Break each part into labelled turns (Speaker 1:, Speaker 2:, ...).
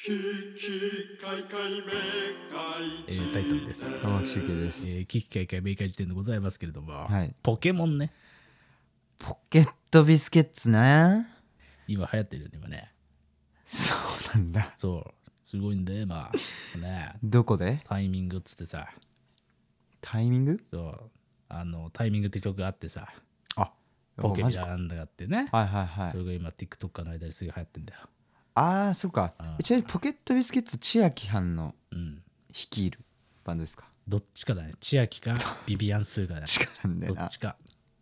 Speaker 1: キキカイカイメカイ
Speaker 2: えータイトルです
Speaker 3: 玉木周慶で
Speaker 2: え
Speaker 3: す。
Speaker 2: ー、危機開会明快時点でございますけれども、
Speaker 3: はい
Speaker 2: ポケモンね
Speaker 3: ポケットビスケッツね。
Speaker 2: 今流行ってるよね今ね
Speaker 3: そうなんだ。
Speaker 2: そうすごいんでまあね
Speaker 3: どこで
Speaker 2: タイミングっつってさ
Speaker 3: タイミング
Speaker 2: そうあのタイミングって曲があってさ
Speaker 3: あ、
Speaker 2: ポケ
Speaker 3: マ
Speaker 2: ビ
Speaker 3: ジか
Speaker 2: ラなんだかってね、
Speaker 3: はいはいはい
Speaker 2: そ。れが今 TikTok 家の間ですぐ流行ってんだよ
Speaker 3: ああ、そうか
Speaker 2: うん。
Speaker 3: えちなみにポケットビスケッツ千秋藩の
Speaker 2: うん
Speaker 3: 率いるバンドですか
Speaker 2: どっちかだね千秋 かビビアンスーかだね
Speaker 3: 違うんだよ
Speaker 2: どっ
Speaker 3: な
Speaker 2: ち。か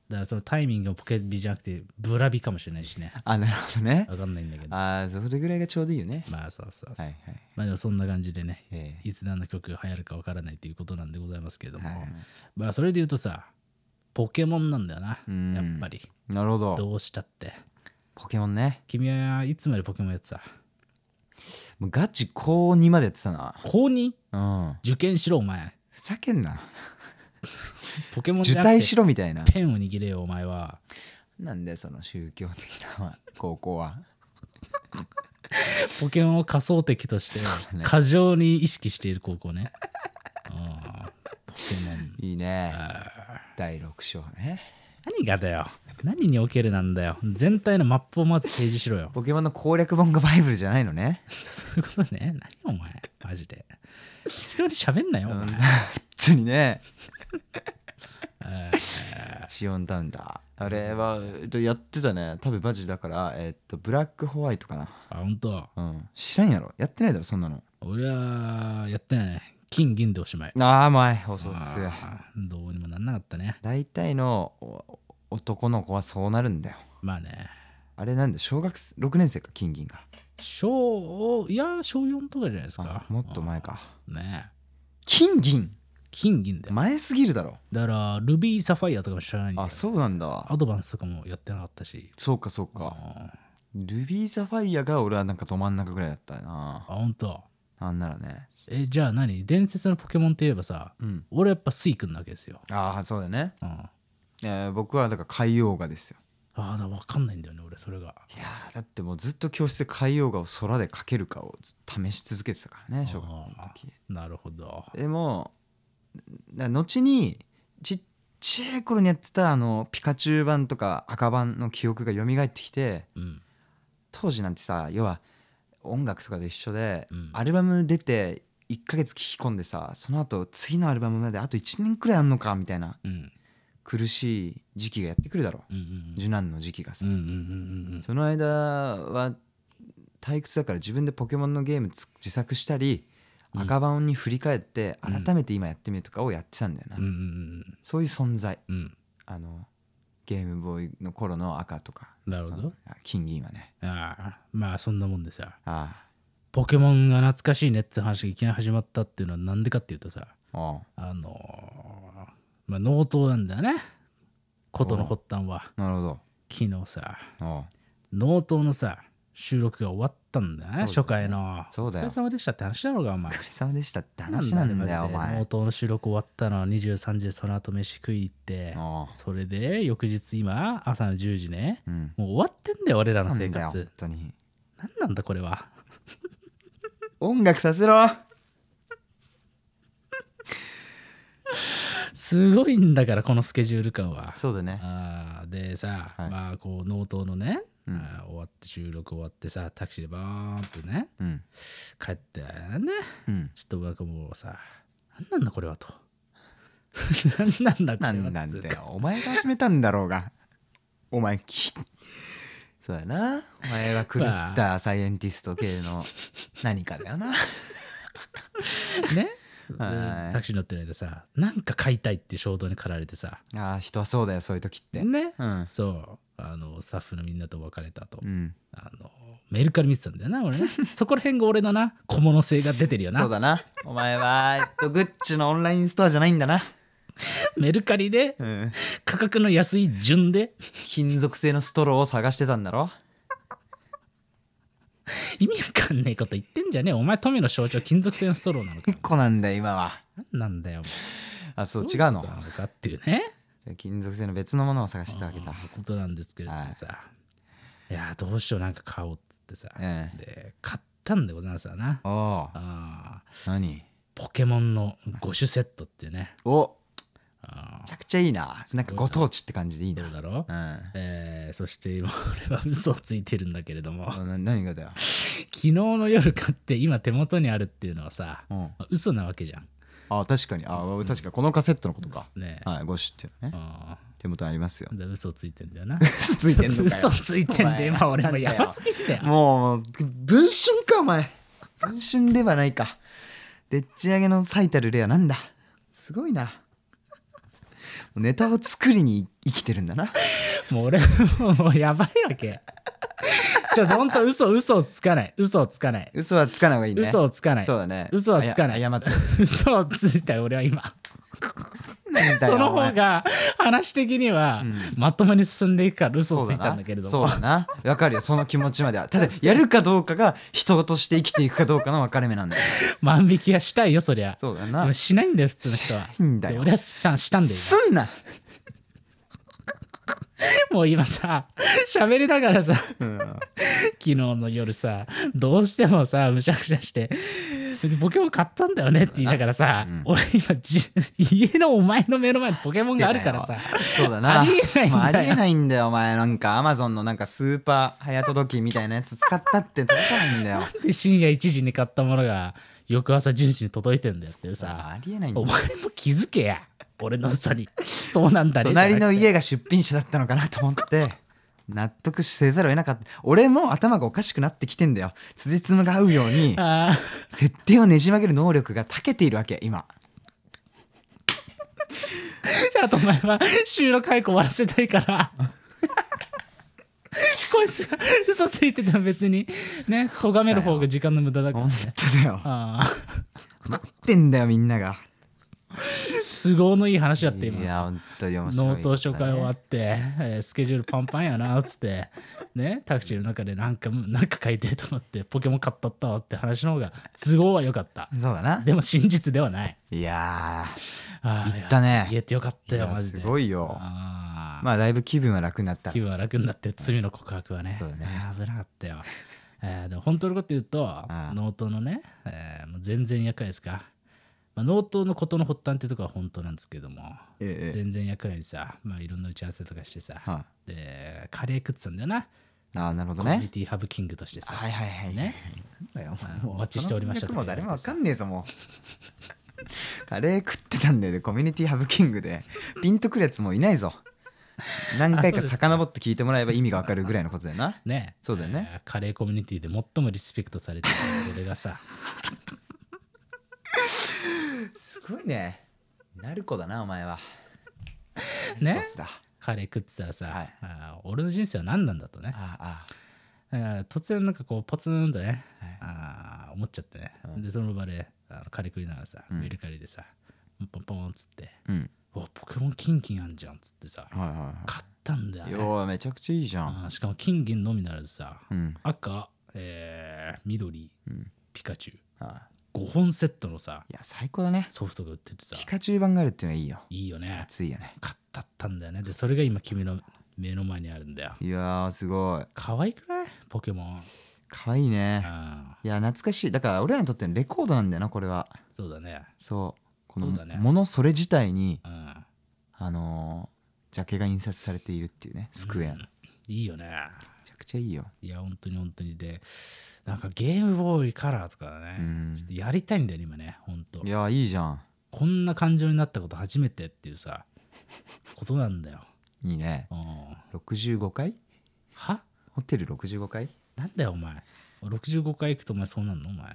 Speaker 2: だからそのタイミングもポケビじゃなくてブラビかもしれないしね
Speaker 3: あ、なるほどね。
Speaker 2: わかんないんだけど
Speaker 3: ああ、それぐらいがちょうどいいよね。
Speaker 2: まあそうそうそう、
Speaker 3: はいはい。
Speaker 2: まあでもそんな感じでね、
Speaker 3: え
Speaker 2: いつ何の曲が流行るかわからないということなんでございますけれど
Speaker 3: え
Speaker 2: も、
Speaker 3: はいはい
Speaker 2: まあそれで言うとさポケモンなんだよな
Speaker 3: うん
Speaker 2: やっぱり
Speaker 3: なるほど。
Speaker 2: どうしたって
Speaker 3: ポケモンね。
Speaker 2: 君はいつまでポケモンやってた
Speaker 3: もうガチ高2までやってたな。
Speaker 2: 高2
Speaker 3: うん。
Speaker 2: 受験しろお前
Speaker 3: ふざけんな。
Speaker 2: ポケモンじ
Speaker 3: 受
Speaker 2: ゃなく
Speaker 3: 胎してろみたいな。
Speaker 2: ペンを握れよお前は
Speaker 3: なんだよその宗教的な高校は。
Speaker 2: ポケモンを仮想敵として
Speaker 3: うだね
Speaker 2: 過剰に意識している高校ね うんポケモン
Speaker 3: いいね。
Speaker 2: あ
Speaker 3: 第6章ね。
Speaker 2: ー何がだよ何におけるなんだよ全体のマップをまず提示しろよ
Speaker 3: ポケモンの攻略本がバイブルじゃないのね。
Speaker 2: そういうことね。何お前、マジで。適当に喋んなよ、お
Speaker 3: うん
Speaker 2: 前。
Speaker 3: 本当にね。
Speaker 2: え
Speaker 3: シオンタウンだ。あれはえっとやってたね。多分マジだから、えっと、ブラックホワイトかな。
Speaker 2: ーあ、本当。
Speaker 3: うん。知らんやろ。やってないだろ、そんなの。
Speaker 2: 俺は、やってないね。金、銀でおしまい。
Speaker 3: ああ、まい。遅くす。
Speaker 2: あーどうにもなんなかったね。
Speaker 3: 大体のお男の子はそうなるんだよ。
Speaker 2: まあね。
Speaker 3: あれなんで、小学6年生か、金銀が。
Speaker 2: 小、いや、小4とかじゃないですか
Speaker 3: あ。もっと前か。
Speaker 2: うん。ねえ
Speaker 3: 金銀
Speaker 2: 金、銀だよ。
Speaker 3: 前すぎるだろ。
Speaker 2: だから、ルビー、サファイアとかも知らないんだよ
Speaker 3: あ、。そうなんだ
Speaker 2: ア。ドバンスとかもやってなかったし。
Speaker 3: そうか、そうか。
Speaker 2: あー
Speaker 3: ルビー・ザ・ファイアが俺はなんかど真ん中ぐらいだったな
Speaker 2: あ、本当。
Speaker 3: なんならね
Speaker 2: え、じゃあ何伝説のポケモンって言えばさ、
Speaker 3: うん
Speaker 2: 俺やっぱスイ君なわけですよ。
Speaker 3: ああそうだね、
Speaker 2: うん。あ
Speaker 3: えー僕はだから海洋画ですよ
Speaker 2: あ、だから分かんないんだよね、俺、それが。
Speaker 3: いやーだってもうずっと教室で海洋画を空で描けるかをずっと試し続けてたからね小学校の時
Speaker 2: なるほど。
Speaker 3: でもな後にちっちゃい頃にやってたあのピカチュウ版とか赤版の記憶が蘇ってきて
Speaker 2: うん。
Speaker 3: 当時なんてさ要は音楽とかで一緒で、
Speaker 2: うん
Speaker 3: アルバム出て1ヶ月聴き込んでさその後次のアルバムまであと1年くらいあんのかみたいな
Speaker 2: うん。
Speaker 3: 苦しい時期がやってくるだろ
Speaker 2: うんうん
Speaker 3: 受難の時期が
Speaker 2: う
Speaker 3: さ、
Speaker 2: ん。うんうん
Speaker 3: その間は退屈だから自分でポケモンのゲームつ自作したり
Speaker 2: うん
Speaker 3: 赤版に振り返って
Speaker 2: うん
Speaker 3: 改めて今やってみるとかをやってたんだよな、
Speaker 2: うんうん。うんうん
Speaker 3: そういう存在
Speaker 2: うんうん。
Speaker 3: あのゲームボーイの頃の赤とか
Speaker 2: なるほど
Speaker 3: そのあ金銀はね
Speaker 2: ああ、まあそんなもんでさ、
Speaker 3: あ
Speaker 2: ポケモンが懐かしいねって話がいきなり始まったっていうのはなんでかっていうとさ、
Speaker 3: あおう
Speaker 2: あのーまあ納刀なんだよね。ことの発端は、
Speaker 3: なるほど
Speaker 2: 昨日さ、
Speaker 3: おう
Speaker 2: 納刀のさ、収録が終わったんだよね、
Speaker 3: そうだよ
Speaker 2: 初回の。
Speaker 3: そうだよ
Speaker 2: お疲れ様でしたって話だろうが、お前
Speaker 3: お。疲れ様でしたって話なんだよ
Speaker 2: マ
Speaker 3: お
Speaker 2: ジで納
Speaker 3: 前
Speaker 2: 刀の収録終わったのは23時でその後飯食い行って。
Speaker 3: お
Speaker 2: それで翌日今朝の10時ね
Speaker 3: ううん
Speaker 2: もう終わってんだよ俺らの
Speaker 3: なんだ
Speaker 2: 生
Speaker 3: よ
Speaker 2: 活
Speaker 3: 本当に
Speaker 2: 何なんだこれは
Speaker 3: 音楽させろ
Speaker 2: すごいんだからこのスケジュール感は
Speaker 3: そうだね
Speaker 2: あーでさ、
Speaker 3: はい
Speaker 2: まあこう納刀のね、
Speaker 3: うん
Speaker 2: あー終わって収録終わってさタクシーでバーンとね
Speaker 3: うん
Speaker 2: 帰ってね
Speaker 3: うん
Speaker 2: ちょっとなんかもうさ何なんだこれはと 何なんだこれ
Speaker 3: な
Speaker 2: は
Speaker 3: んな
Speaker 2: つうんか
Speaker 3: だよお前が始めたんだろうがお前きそうだなお前は狂ったサイエンティスト系の何かだよな
Speaker 2: ねで
Speaker 3: はい
Speaker 2: タクシー乗ってる間さなんか買いたいって衝動に駆られてさ
Speaker 3: ああ人はそうだよそういう時って
Speaker 2: ね
Speaker 3: うん
Speaker 2: そうあのスタッフのみんなと別れたと、
Speaker 3: うん
Speaker 2: あのメルカリ見てたんだよな俺 ねそこら辺が俺のな小物性が出てるよ
Speaker 3: そう
Speaker 2: な
Speaker 3: だなお前はえっとグッチのオンラインストアじゃないんだな
Speaker 2: メルカリで
Speaker 3: うん
Speaker 2: 価格の安い順で
Speaker 3: 金属製のストローを探してたんだろ
Speaker 2: 意味わかんねえこと言ってんじゃねえお前富の象徴金属製のストローなのか
Speaker 3: 結構なんだよ今は
Speaker 2: 何なんだよ
Speaker 3: あそう違う
Speaker 2: も
Speaker 3: の
Speaker 2: なのかっていうね
Speaker 3: 金属製の別のものを探してたわけだ
Speaker 2: うんことなんですけれどもさ、い、やーどうしようなんか買おうっつってさ、
Speaker 3: ええ
Speaker 2: で買っったんでございますわな。
Speaker 3: ああ
Speaker 2: あー
Speaker 3: 何
Speaker 2: ポケモンの5種セットっていうね。
Speaker 3: お
Speaker 2: あ
Speaker 3: めちゃくちゃいいななんかご当地って感じでいい
Speaker 2: ーど
Speaker 3: なう
Speaker 2: うだろう、
Speaker 3: ん
Speaker 2: えーそして今俺は嘘をついてるんだけれども昨
Speaker 3: な何がだよ、
Speaker 2: 日の夜買って今手元にあるっていうのはさ、
Speaker 3: うん、
Speaker 2: まあ嘘なわけじゃん。
Speaker 3: あ確かにあ確かにこのカセットのことか、
Speaker 2: ねえ
Speaker 3: はいゴシっていうのね
Speaker 2: あ
Speaker 3: 手元ありますよ
Speaker 2: ーで嘘ついてんだよな。
Speaker 3: 嘘 ついてんのかよ
Speaker 2: 嘘ついてんで
Speaker 3: お前
Speaker 2: 今俺もやばすぎて
Speaker 3: もう文春かお前文春ではないかでっち上げの最たる例はなんだすごいなネタを作りに生きてるんだな
Speaker 2: もう俺ももうやばいわけ。ちょっと本当嘘嘘をつかない嘘をつかない
Speaker 3: 嘘はつかない方がいいね
Speaker 2: 嘘をつかない
Speaker 3: そうだね
Speaker 2: 嘘はつかない
Speaker 3: あや謝って
Speaker 2: 嘘をついたよ俺は今
Speaker 3: なんだよ
Speaker 2: その
Speaker 3: お前
Speaker 2: 方が話的にはまともに進んでいくから嘘
Speaker 3: そ
Speaker 2: を
Speaker 3: う
Speaker 2: つい
Speaker 3: だ
Speaker 2: たん
Speaker 3: な
Speaker 2: だけれど
Speaker 3: そう
Speaker 2: も
Speaker 3: だなわかるよその気持ちまではた だやるかどうかが人として生きていくかどうかの分かれ目なんだよ
Speaker 2: 万引きはしたいよそりゃ
Speaker 3: そうだ
Speaker 2: で
Speaker 3: な
Speaker 2: もしないんだよ普通の人は
Speaker 3: しないんだよ
Speaker 2: で俺はしたしたんだよ
Speaker 3: すんな
Speaker 2: もう今さ喋りながらさ昨日の夜さどうしてもさむしゃくしゃして「ポケモン買ったんだよね」って言いながらさ、
Speaker 3: うん
Speaker 2: 俺今じ家のお前の目の前にポケモンがあるからさ
Speaker 3: そうだな。
Speaker 2: ありえないんだよ
Speaker 3: もうありえないんだよ、お前。なんか、アマゾンのなんかスーパー早届きみたいなやつ使ったって届かないんだよ。
Speaker 2: で深夜1時に買ったものが翌朝10時に届いてんだよっていうさ
Speaker 3: ありえないんだ
Speaker 2: お
Speaker 3: よ。
Speaker 2: 前も気づけや俺の嘘にそうなんだね
Speaker 3: 隣の
Speaker 2: じゃなくて
Speaker 3: 家が出品者だったのかなと思って、納得せざるを得なかった。俺も頭がおかしくなってきてんだよ。辻褄が合うように、
Speaker 2: あ
Speaker 3: 設定をねじ曲げる能力が長けているわけ、今。
Speaker 2: ーじゃああとお前は収録早く終わらせたいからこいつが嘘ついてても別にね咎める方が時間の無駄だから
Speaker 3: 本
Speaker 2: ね
Speaker 3: 当だよ。
Speaker 2: あ
Speaker 3: 待ってんだよ、みんなが。
Speaker 2: ー都合のいい話だって
Speaker 3: い
Speaker 2: 今
Speaker 3: や、本当に面白い、
Speaker 2: 納刀初回終わって、えースケジュールパンパンやなっつってねタクシーの中でなんかなんか書いてえと思ってポケモン買ったったわって話の方が都合は良かった
Speaker 3: そうだな。
Speaker 2: でも真実ではない
Speaker 3: いや
Speaker 2: あ
Speaker 3: 言ったね
Speaker 2: 言えてよかっ
Speaker 3: ー、
Speaker 2: た
Speaker 3: い
Speaker 2: よ
Speaker 3: や
Speaker 2: マジ
Speaker 3: す
Speaker 2: で
Speaker 3: ごいよ。
Speaker 2: あま
Speaker 3: まあ、だいぶ気分は楽になった
Speaker 2: あ気。分は楽になって罪の告白はね
Speaker 3: そうだね
Speaker 2: あー危なかったよ、えーでも本当のこと言うと
Speaker 3: ん
Speaker 2: 納刀のね、えーもう全然厄介ですか、まあ、納刀のことの発端ってとこは本当なんですけども
Speaker 3: ええ
Speaker 2: 全然役割にさ、まあ、いろんな打ち合わせとかしてさ、
Speaker 3: は
Speaker 2: でカレー食ってたんだよな、
Speaker 3: ああなるほど
Speaker 2: コミュニ
Speaker 3: ね
Speaker 2: ティハブキングとしてさ、
Speaker 3: はいはいはい
Speaker 2: ね
Speaker 3: なんだよお前
Speaker 2: お待ちしておりました
Speaker 3: その文脈も誰もわかんねえぞもうカレー食ってたんだよねコミュニティハブキングでピンとくるやつもういないぞ何
Speaker 2: あそ
Speaker 3: 回
Speaker 2: うで
Speaker 3: か
Speaker 2: す
Speaker 3: 遡って聞いてもらえば意味がわかるぐらいのことだよな
Speaker 2: ね
Speaker 3: そうだよね
Speaker 2: えーカレーコミュニティで最もリスペクトされてる俺が さ
Speaker 3: すごいねなる子だなお前は
Speaker 2: ね
Speaker 3: ボスだ
Speaker 2: カレー食ってたらさ、
Speaker 3: はい
Speaker 2: あー俺の人生は何なんだとね
Speaker 3: ああ
Speaker 2: だから突然なんかこうポツンとね、
Speaker 3: はい
Speaker 2: あー思っちゃってね、でその場であのカレー食いながらさ、
Speaker 3: うん
Speaker 2: メルカリでさポンポンポンっつって
Speaker 3: あうん
Speaker 2: 「おポケモン金銀あんじゃん」っつってさ
Speaker 3: はいは
Speaker 2: 買ったんだよ
Speaker 3: いはい
Speaker 2: ね、
Speaker 3: ようめちゃくちゃいいじゃん
Speaker 2: あーしかも金銀のみならずさ、
Speaker 3: うん
Speaker 2: 赤、えー緑、
Speaker 3: うん
Speaker 2: ピカチュ
Speaker 3: ああ
Speaker 2: ウ5本セットのさ
Speaker 3: いや最高だね
Speaker 2: ソフトが売っててさ
Speaker 3: ピカチュウ版があるっていうのはいいよ
Speaker 2: いいよね
Speaker 3: 熱いよね
Speaker 2: 買ったったんだよねでそれが今君の目の前にあるんだよ
Speaker 3: いやーすごい
Speaker 2: 可愛くないポケモン
Speaker 3: かわいいね
Speaker 2: あ
Speaker 3: いや懐かしいだから俺らにとってのレコードなんだよなこれは
Speaker 2: そうだね
Speaker 3: そうこの
Speaker 2: そうだね
Speaker 3: ものそれ自体に
Speaker 2: うん
Speaker 3: あのージャケが印刷されているっていうねスクエアの、
Speaker 2: う
Speaker 3: め
Speaker 2: んいいよね
Speaker 3: ちゃくちゃいいよ
Speaker 2: いや本当に本当にでなんかゲームボーイカラーとかね、
Speaker 3: うん
Speaker 2: ちょっとやりたいんだよね今ね本当
Speaker 3: いやいいじゃん
Speaker 2: こんな感情になったこと初めてっていうさことなんだよ、
Speaker 3: いいね
Speaker 2: うん、
Speaker 3: 65階
Speaker 2: は
Speaker 3: ホテル65階
Speaker 2: なんだよお前65回行くとお前そうなんのお前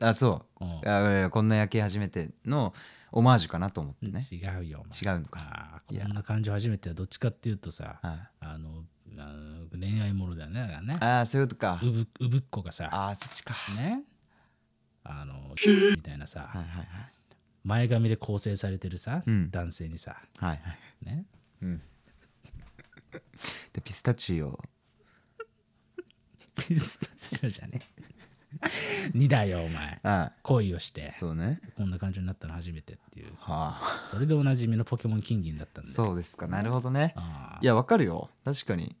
Speaker 3: あそううあいやいやこんな夜景初めてのオマージュかなと思って
Speaker 2: ん
Speaker 3: ね
Speaker 2: 違うよお前
Speaker 3: 違うのか
Speaker 2: あ
Speaker 3: い
Speaker 2: ー
Speaker 3: や
Speaker 2: こんな感情初めてはどっちかっていうとさ
Speaker 3: はい
Speaker 2: あのあの恋愛ものだよねだからね
Speaker 3: ああそういうことか
Speaker 2: うぶうぶっこがさ
Speaker 3: ああそっちかは
Speaker 2: ねあのみたいなさ
Speaker 3: いはいはい
Speaker 2: 前髪で構成されてるさ、
Speaker 3: うん
Speaker 2: 男性にさ
Speaker 3: はいはい
Speaker 2: ね
Speaker 3: うんでピスタチオ
Speaker 2: ピスタチオじゃね2だよお前
Speaker 3: あ
Speaker 2: 恋をして
Speaker 3: あそうね
Speaker 2: こんな感情になったの初めてっていう
Speaker 3: はあ
Speaker 2: それでおなじみのポケモン金銀だったんだよ
Speaker 3: そうですかなるほどね
Speaker 2: あー
Speaker 3: いやわかるよ確かに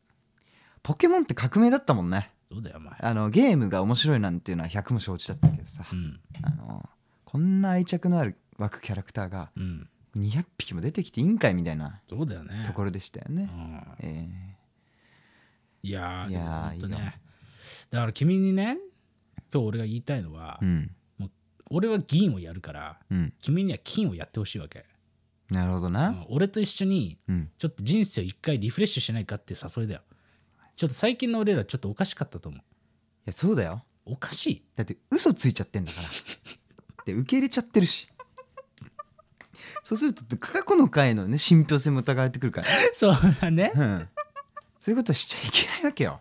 Speaker 3: ポケモンって革命だったもんね
Speaker 2: そうだよお前
Speaker 3: あのゲームが面白いなんていうのは100も承知だったけどさ、
Speaker 2: うん
Speaker 3: あのこんな愛着のある湧くキャラクターが
Speaker 2: うん
Speaker 3: 200匹も出てきていいんかいみたいな
Speaker 2: そうだよね
Speaker 3: ところでしたよね
Speaker 2: う、ん
Speaker 3: え
Speaker 2: いやー
Speaker 3: い
Speaker 2: で
Speaker 3: や
Speaker 2: も
Speaker 3: ー
Speaker 2: ほんとね
Speaker 3: いいな
Speaker 2: だから君にね今日俺が言いたいのは、
Speaker 3: ーうん
Speaker 2: 俺は銀をやるから
Speaker 3: うん
Speaker 2: 君には金をやってほしいわけ、
Speaker 3: なるほど
Speaker 2: う
Speaker 3: なん
Speaker 2: 俺と一緒に
Speaker 3: うん
Speaker 2: ちょっと人生を一回リフレッシュしないかって誘いだよちょっと最近の俺らちょっとおかしかったと思う
Speaker 3: いやそうだよ
Speaker 2: おかしい
Speaker 3: だって嘘ついちゃってん だからで受け入れちゃってるしそうすると過去の回のね信憑性も疑われてくるから、
Speaker 2: そうだね
Speaker 3: うん、そういうことしちゃいけないわけよ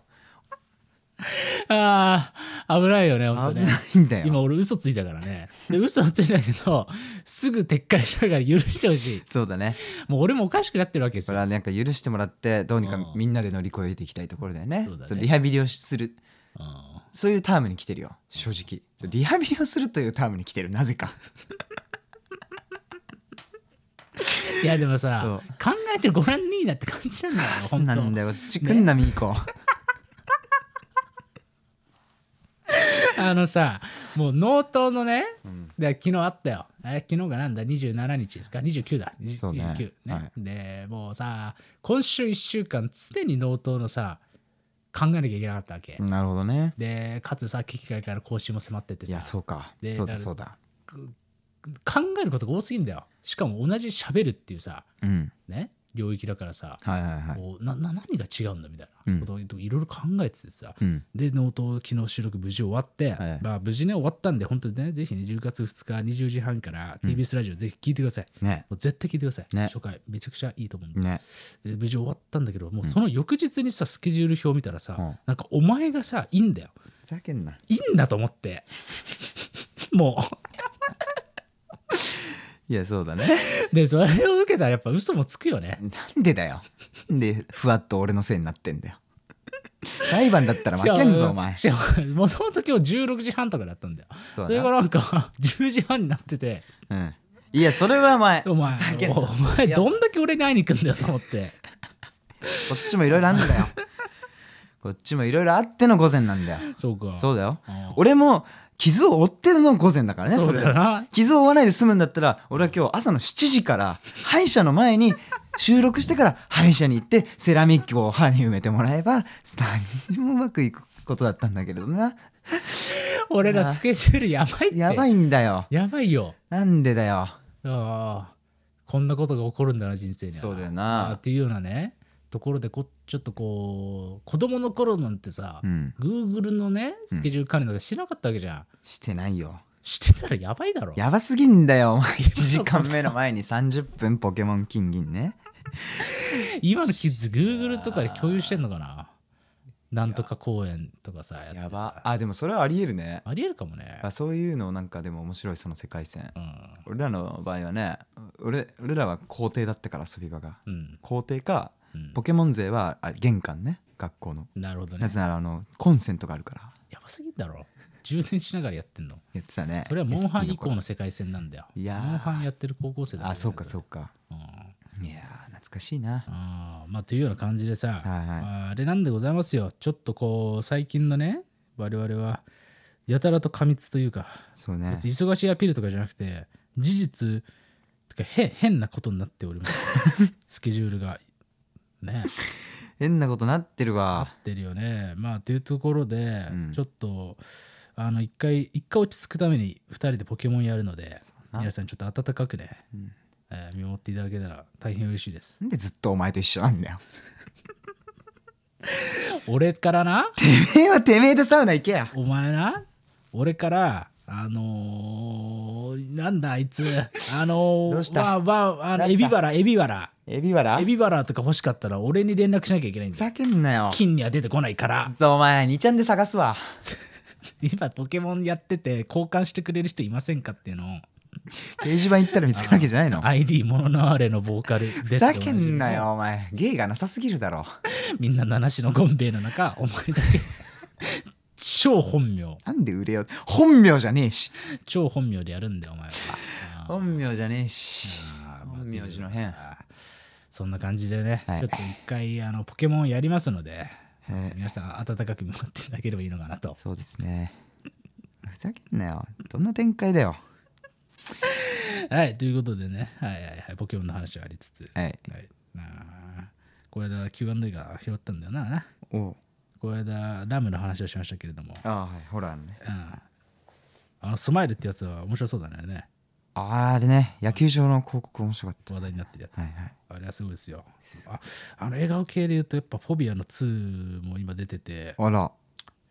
Speaker 2: ああ危ないよね本当
Speaker 3: 危
Speaker 2: ね
Speaker 3: ないんだよ
Speaker 2: 今俺嘘ついたからねで嘘はついたけどすぐ撤回したから許してほしい
Speaker 3: そうだね
Speaker 2: もう俺もおかしくなってるわけです
Speaker 3: そ
Speaker 2: よ
Speaker 3: れはなんか許してもらってどうにか
Speaker 2: うん
Speaker 3: みんなで乗り越えていきたいところだよね
Speaker 2: そうだね
Speaker 3: そうリハビリをする
Speaker 2: うん
Speaker 3: そういうタームに来てるよ正直そうリハビリをするというタームに来てるなぜか
Speaker 2: いやでもさ
Speaker 3: そ
Speaker 2: 考えてごらんにいいなって感じなんだよ本当
Speaker 3: なんだよこっち来んなみーこ
Speaker 2: あのさもう納刀のね
Speaker 3: うん
Speaker 2: で昨日あったよえ昨日がなんだ27日ですか29だ20
Speaker 3: そうね
Speaker 2: 29ね、
Speaker 3: はい
Speaker 2: でもうさ今週1週間常に納刀のさ考えなきゃいけなかったわけ、
Speaker 3: なるほどね
Speaker 2: でかつさ機会から更新も迫ってって
Speaker 3: いや
Speaker 2: さ
Speaker 3: そうか
Speaker 2: で
Speaker 3: そうだ
Speaker 2: だる
Speaker 3: そうだ
Speaker 2: 考えることが多すぎんだよしかも同じ喋るっていうさ
Speaker 3: うん
Speaker 2: ね領域だからさ、
Speaker 3: はいはいはい
Speaker 2: こうなな何が違うんだみたい
Speaker 3: うん
Speaker 2: なことをいろいろ考えててさ、
Speaker 3: うん
Speaker 2: で、ノート、昨日収録無事終わって、
Speaker 3: はい
Speaker 2: まあ無事ね、終わったんで、本当にね、ぜひね、10月2日20時半から TBS ラジオ、ぜひ聞いてください。
Speaker 3: ね
Speaker 2: もう絶対聞いてください。
Speaker 3: ね
Speaker 2: 初回、めちゃくちゃいいと思うんで。
Speaker 3: ね
Speaker 2: で無事終わったんだけど、もうその翌日にさ、スケジュール表見たらさ、
Speaker 3: うん
Speaker 2: なんかお前がさ、いいんだよ。
Speaker 3: ふざけんない
Speaker 2: いんだと思っ て。も
Speaker 3: いやそうだね
Speaker 2: う。で、それを受けたらやっぱ嘘もつくよね。
Speaker 3: なんでだよでふわっと俺のせいになってんだよ裁判だったら負けんぞお前
Speaker 2: しかも、もともと今日16時半とかだったんだよ。
Speaker 3: そう
Speaker 2: そ
Speaker 3: だ
Speaker 2: れ
Speaker 3: な
Speaker 2: がなんか、10時 半になってて、
Speaker 3: うんいやそれはお前
Speaker 2: お前
Speaker 3: ふざけん、な
Speaker 2: お前、どんだけ俺に会いに行くんだよと思って。
Speaker 3: こっちもいろいろあんだよ。こっちもいろいろあっての午前なんだよ。
Speaker 2: そうか。
Speaker 3: そうだよ
Speaker 2: うん。
Speaker 3: 俺も傷を負っての午前だからね、
Speaker 2: そ
Speaker 3: そう
Speaker 2: だ
Speaker 3: れ
Speaker 2: よな。
Speaker 3: 傷を負わないで済むんだったら、俺は今日朝の7時から歯医者の前に収録してから歯医者に行ってセラミックを歯に埋めてもらえば、何にもうまくいくことだったんだけれどな。
Speaker 2: 俺らスケジュールやばいって。
Speaker 3: やば
Speaker 2: い。
Speaker 3: いんだよ。
Speaker 2: やばいよ。
Speaker 3: なんでだよ。
Speaker 2: ああ。こんなことが起こるんだな、人生には。
Speaker 3: そうだよ
Speaker 2: ああ
Speaker 3: な
Speaker 2: っ。ていうようなね、ところでこ、ちょっとこう、子供の頃なんてさ、
Speaker 3: うん。
Speaker 2: Google のね、スケジュール管理なんかしなかったわけじゃん。
Speaker 3: してないよ。
Speaker 2: してたらやばいだろ。
Speaker 3: やばすぎんだよ、お前。1時間目の前に30分ポケモン金銀ね。
Speaker 2: 今のキッズ、Google とかで共有してんのかななんとか公演とかさ、やって
Speaker 3: やばあでもそれはありえるね
Speaker 2: ありえるかもね
Speaker 3: あ。そういうのなんかでも面白いその世界線
Speaker 2: うん。
Speaker 3: 俺らの場合はね俺俺らは校庭だったから遊び場が
Speaker 2: うん。
Speaker 3: 校庭か
Speaker 2: うん
Speaker 3: ポケモン勢はあ玄関ね学校の
Speaker 2: なるほどね
Speaker 3: な。ぜならあのコンセントがあるから
Speaker 2: やばすぎんだろ。充電しながらやってん の。
Speaker 3: やってたね
Speaker 2: それはモンハン以降
Speaker 3: SP
Speaker 2: の世界線なんだよ。
Speaker 3: いやー
Speaker 2: モンハンやってる高校生だ。
Speaker 3: 頃あそうかそううか
Speaker 2: うん
Speaker 3: いやー懐かしいな
Speaker 2: あーまあというような感じでさ、
Speaker 3: はいはい
Speaker 2: あーあれなんでございますよ。ちょっとこう最近のね我々はやたらと過密というか、
Speaker 3: そうね
Speaker 2: 別に忙しいアピールとかじゃなくて事実てかへ変なことになっております。 スケジュールがね
Speaker 3: 変なことなってる
Speaker 2: 合っ
Speaker 3: わ
Speaker 2: てるよね。まあというところで、
Speaker 3: うん
Speaker 2: ちょっとあの一回一回落ち着くために2人でポケモンやるので
Speaker 3: な
Speaker 2: 皆さんちょっと温かくね、
Speaker 3: うん
Speaker 2: えー見守っていただけたら大変嬉しいです。
Speaker 3: なんでずっとお前と一緒なんだよ
Speaker 2: 俺からな
Speaker 3: てめえはてめえでサウナ行けや
Speaker 2: お前な俺からあのー、なんだあいつあのー、
Speaker 3: どうした
Speaker 2: まあまああの
Speaker 3: どう
Speaker 2: エ
Speaker 3: した
Speaker 2: ビバラエビバラ
Speaker 3: エビワラ
Speaker 2: エビバラとか欲しかったら俺に連絡しなきゃいけないん
Speaker 3: ふ
Speaker 2: だよ
Speaker 3: ざけんなよ
Speaker 2: 金には出てこないから
Speaker 3: くそお前2ちゃんで探 すわ
Speaker 2: 今ポケモンやってて交換してくれる人いませんかっていうのを
Speaker 3: 掲示板行ったら見つかるわけじゃないの
Speaker 2: ID モノノアレのボーカルです
Speaker 3: ふざけんなよお前芸がなさすぎるだろ
Speaker 2: みんな七種のゴンベイの中お前だけ超本名
Speaker 3: なんで売れよう本名じゃねえし
Speaker 2: 超本名でやるんだよお前はあー
Speaker 3: 本名じゃねえし
Speaker 2: あーまあ
Speaker 3: 本名字の変
Speaker 2: あーそんな感じでね、
Speaker 3: はい
Speaker 2: ちょっと一回あのポケモンやりますので、
Speaker 3: え
Speaker 2: 皆さん温かく見守っていただければいいのかなと
Speaker 3: そうですねふざけんなよどんな展開だよ
Speaker 2: はいということでねはいはいはいポケモンの話はありつつ
Speaker 3: はい
Speaker 2: はいあーこれだ Q&A が拾ったんだよなな
Speaker 3: おう
Speaker 2: これだラムの話をしましたけれども、
Speaker 3: あーはいホラーのね
Speaker 2: うんあのスマイルってやつは面白そうだね
Speaker 3: あーあれね野球場の広告面白かった
Speaker 2: 話題になってるやつ、
Speaker 3: はいはい
Speaker 2: あれはすごいですよああの笑顔系で言うとやっぱフォビアの2も今出てて
Speaker 3: あら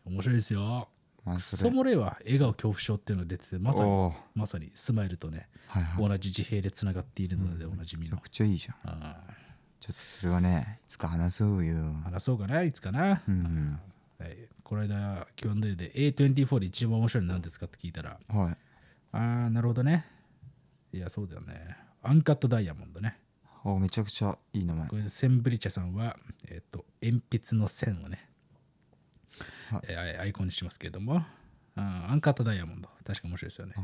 Speaker 2: 面白いですよ
Speaker 3: マ
Speaker 2: ク
Speaker 3: ジそ
Speaker 2: ソ
Speaker 3: れ
Speaker 2: もれは笑顔恐怖症っていうのが出ててまさに
Speaker 3: おう
Speaker 2: まさにスマイルとね
Speaker 3: はいはい
Speaker 2: 同じ自閉でつながっているのでおなじみ
Speaker 3: めちゃ
Speaker 2: の、
Speaker 3: くちゃいいじゃん
Speaker 2: あ
Speaker 3: ちょっとそれはねいつか話そうよ
Speaker 2: ー話そうかないつかな、
Speaker 3: うん
Speaker 2: はい、この間 Q&A で A24 で一番面白いの何ですかって聞いたら
Speaker 3: はい
Speaker 2: ああなるほどねいやそうだよねアンカットダイヤモンドね
Speaker 3: おめちゃくちゃいい名前
Speaker 2: これセンブリチャさんは、えっと鉛筆の線をね、
Speaker 3: はい
Speaker 2: えーアイアイコンにしますけれどもあーアンカットダイヤモンド確か面白いですよね
Speaker 3: あ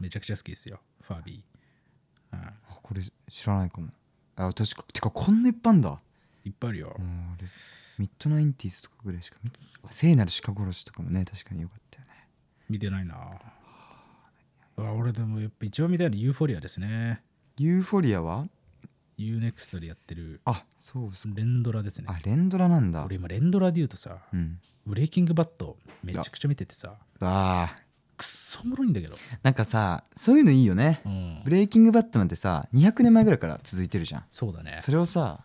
Speaker 2: めちゃくちゃ好きですよファービーあ
Speaker 3: あこれ知らないかもあ確かてかこんな一般だ
Speaker 2: ーいっぱいあるよ、
Speaker 3: うんあれミッドナインティースとかぐらいしか見て聖なる鹿殺しとかもね確かによかったよね
Speaker 2: 見てないなあ俺でもやっぱ一番見たいのはユーフォリアですね
Speaker 3: ユーフォリアは
Speaker 2: UNEXT でやってる
Speaker 3: あそうっすか
Speaker 2: 連ドラですね
Speaker 3: あ連ドラなんだ
Speaker 2: 俺今連ドラで言うとさ
Speaker 3: うん
Speaker 2: ブレイキングバットめちゃくちゃ見ててさ
Speaker 3: あ
Speaker 2: くっそおもろいんだけど、
Speaker 3: ーなんかさそういうのいいよね
Speaker 2: うん
Speaker 3: ブ、レイキングバットなんてさ200年前ぐらいから続いてるじゃん
Speaker 2: そうだね
Speaker 3: それをさ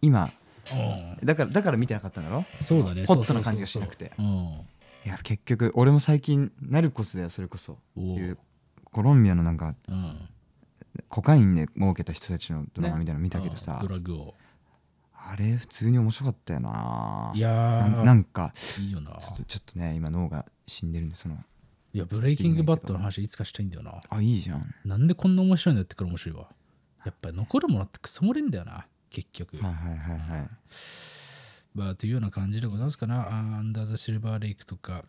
Speaker 3: 今
Speaker 2: うん
Speaker 3: だからだから見てなかったんだろ
Speaker 2: そうだね
Speaker 3: ホットな感じがしなくて
Speaker 2: そうそうそう
Speaker 3: いや結局俺も最近ナルコスだよそれこそ
Speaker 2: おう
Speaker 3: いうコロンビアのなんか
Speaker 2: うんうん
Speaker 3: コカインで儲けた人たちのドラマみたいなの見たけどさ、
Speaker 2: うんドラッグを
Speaker 3: あれ普通に面白かったよない
Speaker 2: や
Speaker 3: な
Speaker 2: ー
Speaker 3: んなんか
Speaker 2: いいよな
Speaker 3: ちょっとちょっとね今脳が死んでるんでその
Speaker 2: いやブレイキングバットの話いつかしたいんだよな
Speaker 3: あいいじゃん
Speaker 2: なんでこんな面白いのやってから面白いわやっぱり残るものってクソもれんだよな結局、
Speaker 3: はいはいはいはい
Speaker 2: まあというような感じでございますかなあーアンダーザシルバーレイクとか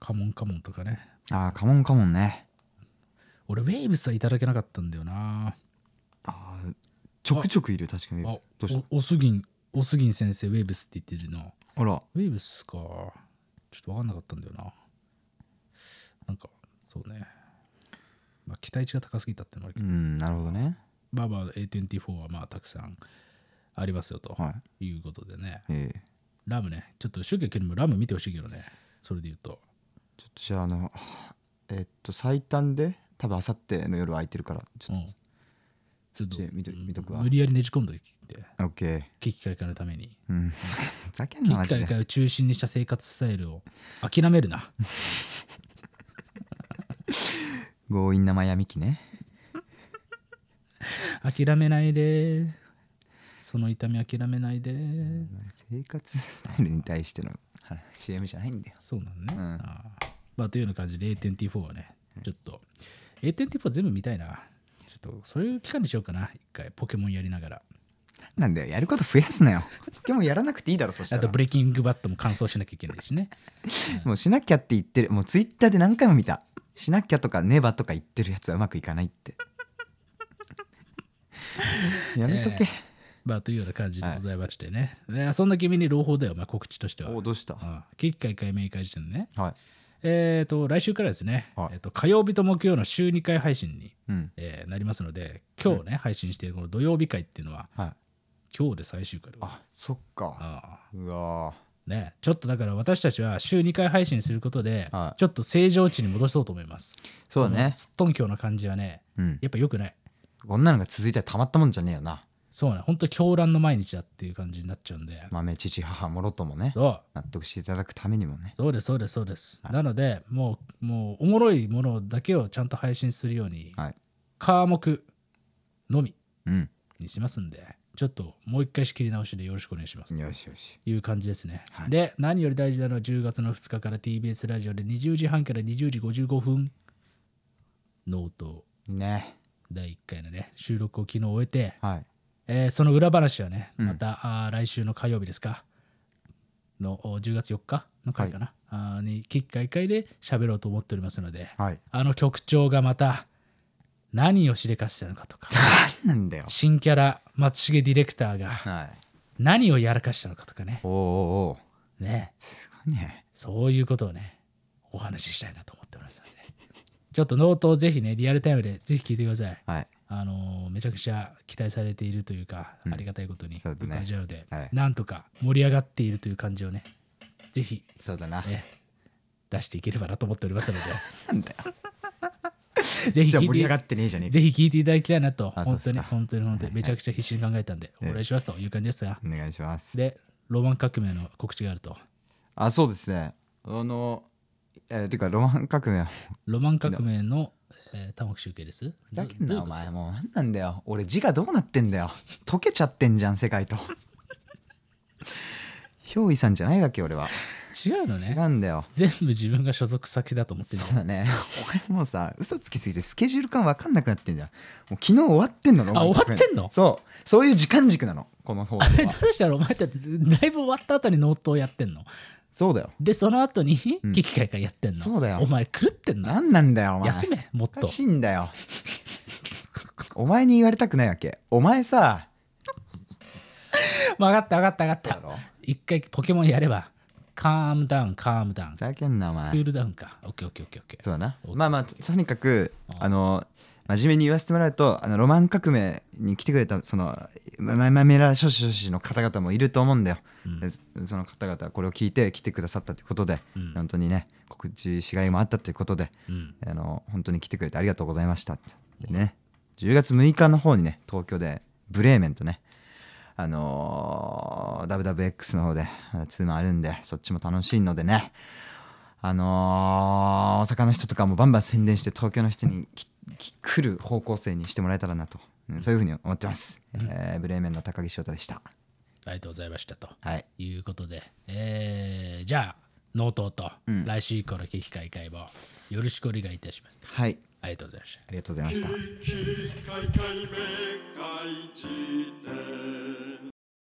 Speaker 2: カモンカモンとかね
Speaker 3: あーカモンカモンね
Speaker 2: 俺ウェイブスはいただけなかったんだよな
Speaker 3: あーちょくちょくいる確かに
Speaker 2: あ
Speaker 3: どうした
Speaker 2: おおすぎんおすぎん先生ウェイブスって言ってるな
Speaker 3: あら
Speaker 2: ウェーブスか。ちょっと分かんなかったんだよな。なんか、そうね。まあ、期待値が高すぎたってのもあるけ
Speaker 3: う
Speaker 2: ど、
Speaker 3: んなるほどね
Speaker 2: まあまあ、A24 はまあ、たくさんありますよと
Speaker 3: はい
Speaker 2: いうことでね。
Speaker 3: ええ
Speaker 2: ラムね、ちょっと、シュウケイ君にもラム見てほしいけどね。それで言うと。
Speaker 3: ちょっとじゃああのえっと最短で多分あさっての夜空いてるから
Speaker 2: う
Speaker 3: ちょっ
Speaker 2: ん。ちょっ
Speaker 3: と、見と見とくわ
Speaker 2: 無理やりねじ込んできて、
Speaker 3: オッケー
Speaker 2: 危機開会のために。
Speaker 3: うんふざけん
Speaker 2: 危
Speaker 3: な
Speaker 2: 機
Speaker 3: マジ
Speaker 2: 開
Speaker 3: で
Speaker 2: 会を中心にした生活スタイルを諦めるな。
Speaker 3: 強引なマヤミキね
Speaker 2: 諦めないで。その痛み諦めないで。
Speaker 3: 生活スタイルに対しての話 CM じゃないんだよ
Speaker 2: そうなのね。
Speaker 3: うん
Speaker 2: ああまあ、というような感じで A24 はね、ちょっと、A24 全部見たいな。ちょっと、そういう期間にしようかな、一回、ポケモンやりながら。
Speaker 3: なんだよやること増やすなよでもやらなくていいだろそした
Speaker 2: あと、
Speaker 3: ら
Speaker 2: ブレイキングバットも完走しなきゃいけないしね。
Speaker 3: もうしなきゃって言ってるもうツイッターで何回も見たしなきゃとかねばとか言ってるやつはうまくいかないって やめとけ、
Speaker 2: まあ、というような感じでございましてね。でそんな君に朗報だよ、まあ、告知としては。
Speaker 3: おどうした、
Speaker 2: ああ景気開会明会時点でね。
Speaker 3: はい
Speaker 2: えっ、と、来週からですね、
Speaker 3: はい
Speaker 2: えっと火曜日と木曜の週2回配信に、
Speaker 3: うん
Speaker 2: えーなりますので、今日ね、配信しているこの土曜日会っていうのは、
Speaker 3: はい
Speaker 2: 今日で最終回でございます
Speaker 3: あそっか
Speaker 2: ああ
Speaker 3: うわ
Speaker 2: ね、ちょっとだから私たちは週2回配信することで、
Speaker 3: はい
Speaker 2: ちょっと正常値に戻そうと思います。
Speaker 3: そうだ
Speaker 2: この
Speaker 3: ね
Speaker 2: すっとんきょうな感じはね、
Speaker 3: うん
Speaker 2: やっぱ良くない。
Speaker 3: こんなのが続いたらたまったもんじゃねえよな
Speaker 2: そうね、本当狂乱の毎日だっていう感じになっちゃうんで。
Speaker 3: 豆父母もろともね
Speaker 2: そう、
Speaker 3: 納得していただくためにもね
Speaker 2: そうです、そうです、そうです。なので、もう、もう、おもろいものだけをちゃんと配信するように、
Speaker 3: はい
Speaker 2: 科目のみ
Speaker 3: うん
Speaker 2: にしますんで、ちょっともう一回仕切り直しでよろしくお願いします。
Speaker 3: よしよし
Speaker 2: いう感じですね、
Speaker 3: はい
Speaker 2: で何より大事なのは10月の2日から TBS ラジオで20時半から20時55分ノート
Speaker 3: ね
Speaker 2: 第1回のね収録を昨日終えて、
Speaker 3: はい
Speaker 2: えーその裏話はね
Speaker 3: うん
Speaker 2: また、あー来週の火曜日ですかのお10月4日の回かな、あーに危機開会で喋ろうと思っておりますので
Speaker 3: はい
Speaker 2: あの局長がまた何をしでかしたのか とか
Speaker 3: 何なんだよ
Speaker 2: 新キャラ松重ディレクターが
Speaker 3: はい
Speaker 2: 何をやらかしたのかとかね
Speaker 3: おうおうおう
Speaker 2: ね
Speaker 3: すごいね
Speaker 2: そういうことをねお話ししたいなと思っておりますので ちょっとノートをぜひねリアルタイムでぜひ聞いてください
Speaker 3: はい
Speaker 2: あのーめちゃくちゃ期待されているというか、
Speaker 3: うん
Speaker 2: ありがたいことに
Speaker 3: そうだね
Speaker 2: 伺えちゃうので、
Speaker 3: はい
Speaker 2: なんとか盛り上がっているという感じをねぜひ、
Speaker 3: そうだな
Speaker 2: ね、出していければなと思っておりますの
Speaker 3: なんだよ
Speaker 2: で ぜひ
Speaker 3: じゃあ
Speaker 2: 聞
Speaker 3: 盛り
Speaker 2: い
Speaker 3: 上がっててねえじゃねえか
Speaker 2: ぜひ聞いていただきたいなと本
Speaker 3: あ
Speaker 2: 当に
Speaker 3: そうですか
Speaker 2: 本当に本当
Speaker 3: は
Speaker 2: に
Speaker 3: い
Speaker 2: めちゃくちゃ必死に考えたんで、
Speaker 3: ええ
Speaker 2: お願いしますという感じですが、
Speaker 3: お願いします
Speaker 2: でロマン革命の告知があると
Speaker 3: あそうですねあのえー、てかロマン革命は
Speaker 2: ロマン革命の、えー、玉木集計です
Speaker 3: ふざけん
Speaker 2: どどう
Speaker 3: なお
Speaker 2: いうこ
Speaker 3: 前もうなんなんだよ俺字がどうなってんだよ溶けちゃってんじゃん世界と 憑依さんじゃないわけ俺は
Speaker 2: と違うの
Speaker 3: 違
Speaker 2: ね
Speaker 3: うんだよ
Speaker 2: 全部自分が所属先だと思ってる
Speaker 3: そうだねお前もうさ嘘つきすぎてスケジュール感分かんなくなってんじゃんもう昨日終わってんのロマン革命
Speaker 2: 終わってんの
Speaker 3: そうそういう時間軸なのこの放送は
Speaker 2: どうしたらお前ってライブ終わった後にノートをやってんの
Speaker 3: そうだよ
Speaker 2: でその後に
Speaker 3: うん
Speaker 2: 危機開会やってんの、
Speaker 3: そうだよ
Speaker 2: お前狂ってんの
Speaker 3: 何なんだよお前
Speaker 2: 休めもっ
Speaker 3: お
Speaker 2: と
Speaker 3: かしいんだよお前に言われたくないわけお前さ
Speaker 2: 分かった分かった分かっ
Speaker 3: だ
Speaker 2: た
Speaker 3: ろ
Speaker 2: 一回ポケモンやればカームダウンカームダウン
Speaker 3: ふざけんなお
Speaker 2: クー
Speaker 3: 前
Speaker 2: ルダウンかオッケーオッケーオッケーオッケー
Speaker 3: そうだな
Speaker 2: オッケー
Speaker 3: まあまあととにかく
Speaker 2: うん
Speaker 3: あの真面目に言わせてもらうとあのロマン革命に来てくれたそのまままめら諸子諸子の方々もいると思うんだよ、
Speaker 2: うん
Speaker 3: でその方々これを聞いて来てくださったということで、
Speaker 2: うん
Speaker 3: 本当にね告知しがいもあったということで
Speaker 2: うん
Speaker 3: あの本当に来てくれてありがとうございましたってでね10月6日の方にね東京でブレーメンとねあのー WWX の方でまだツーマンあるんでそっちも楽しいのでねあのー大阪の人とかもバンバン宣伝して東京の人にきき来る方向性にしてもらえたらなと、うんそういうふうに思ってます、えーブレーメンの高木翔太でした
Speaker 2: ありがとうございましたと
Speaker 3: はい
Speaker 2: いうことで、えーじゃあノートと
Speaker 3: うん
Speaker 2: 来週以降の危機開会もよろしくお願いいたします、
Speaker 3: はい
Speaker 2: ありがとうございました
Speaker 3: ありがとうございました
Speaker 1: 危機開会明快辞典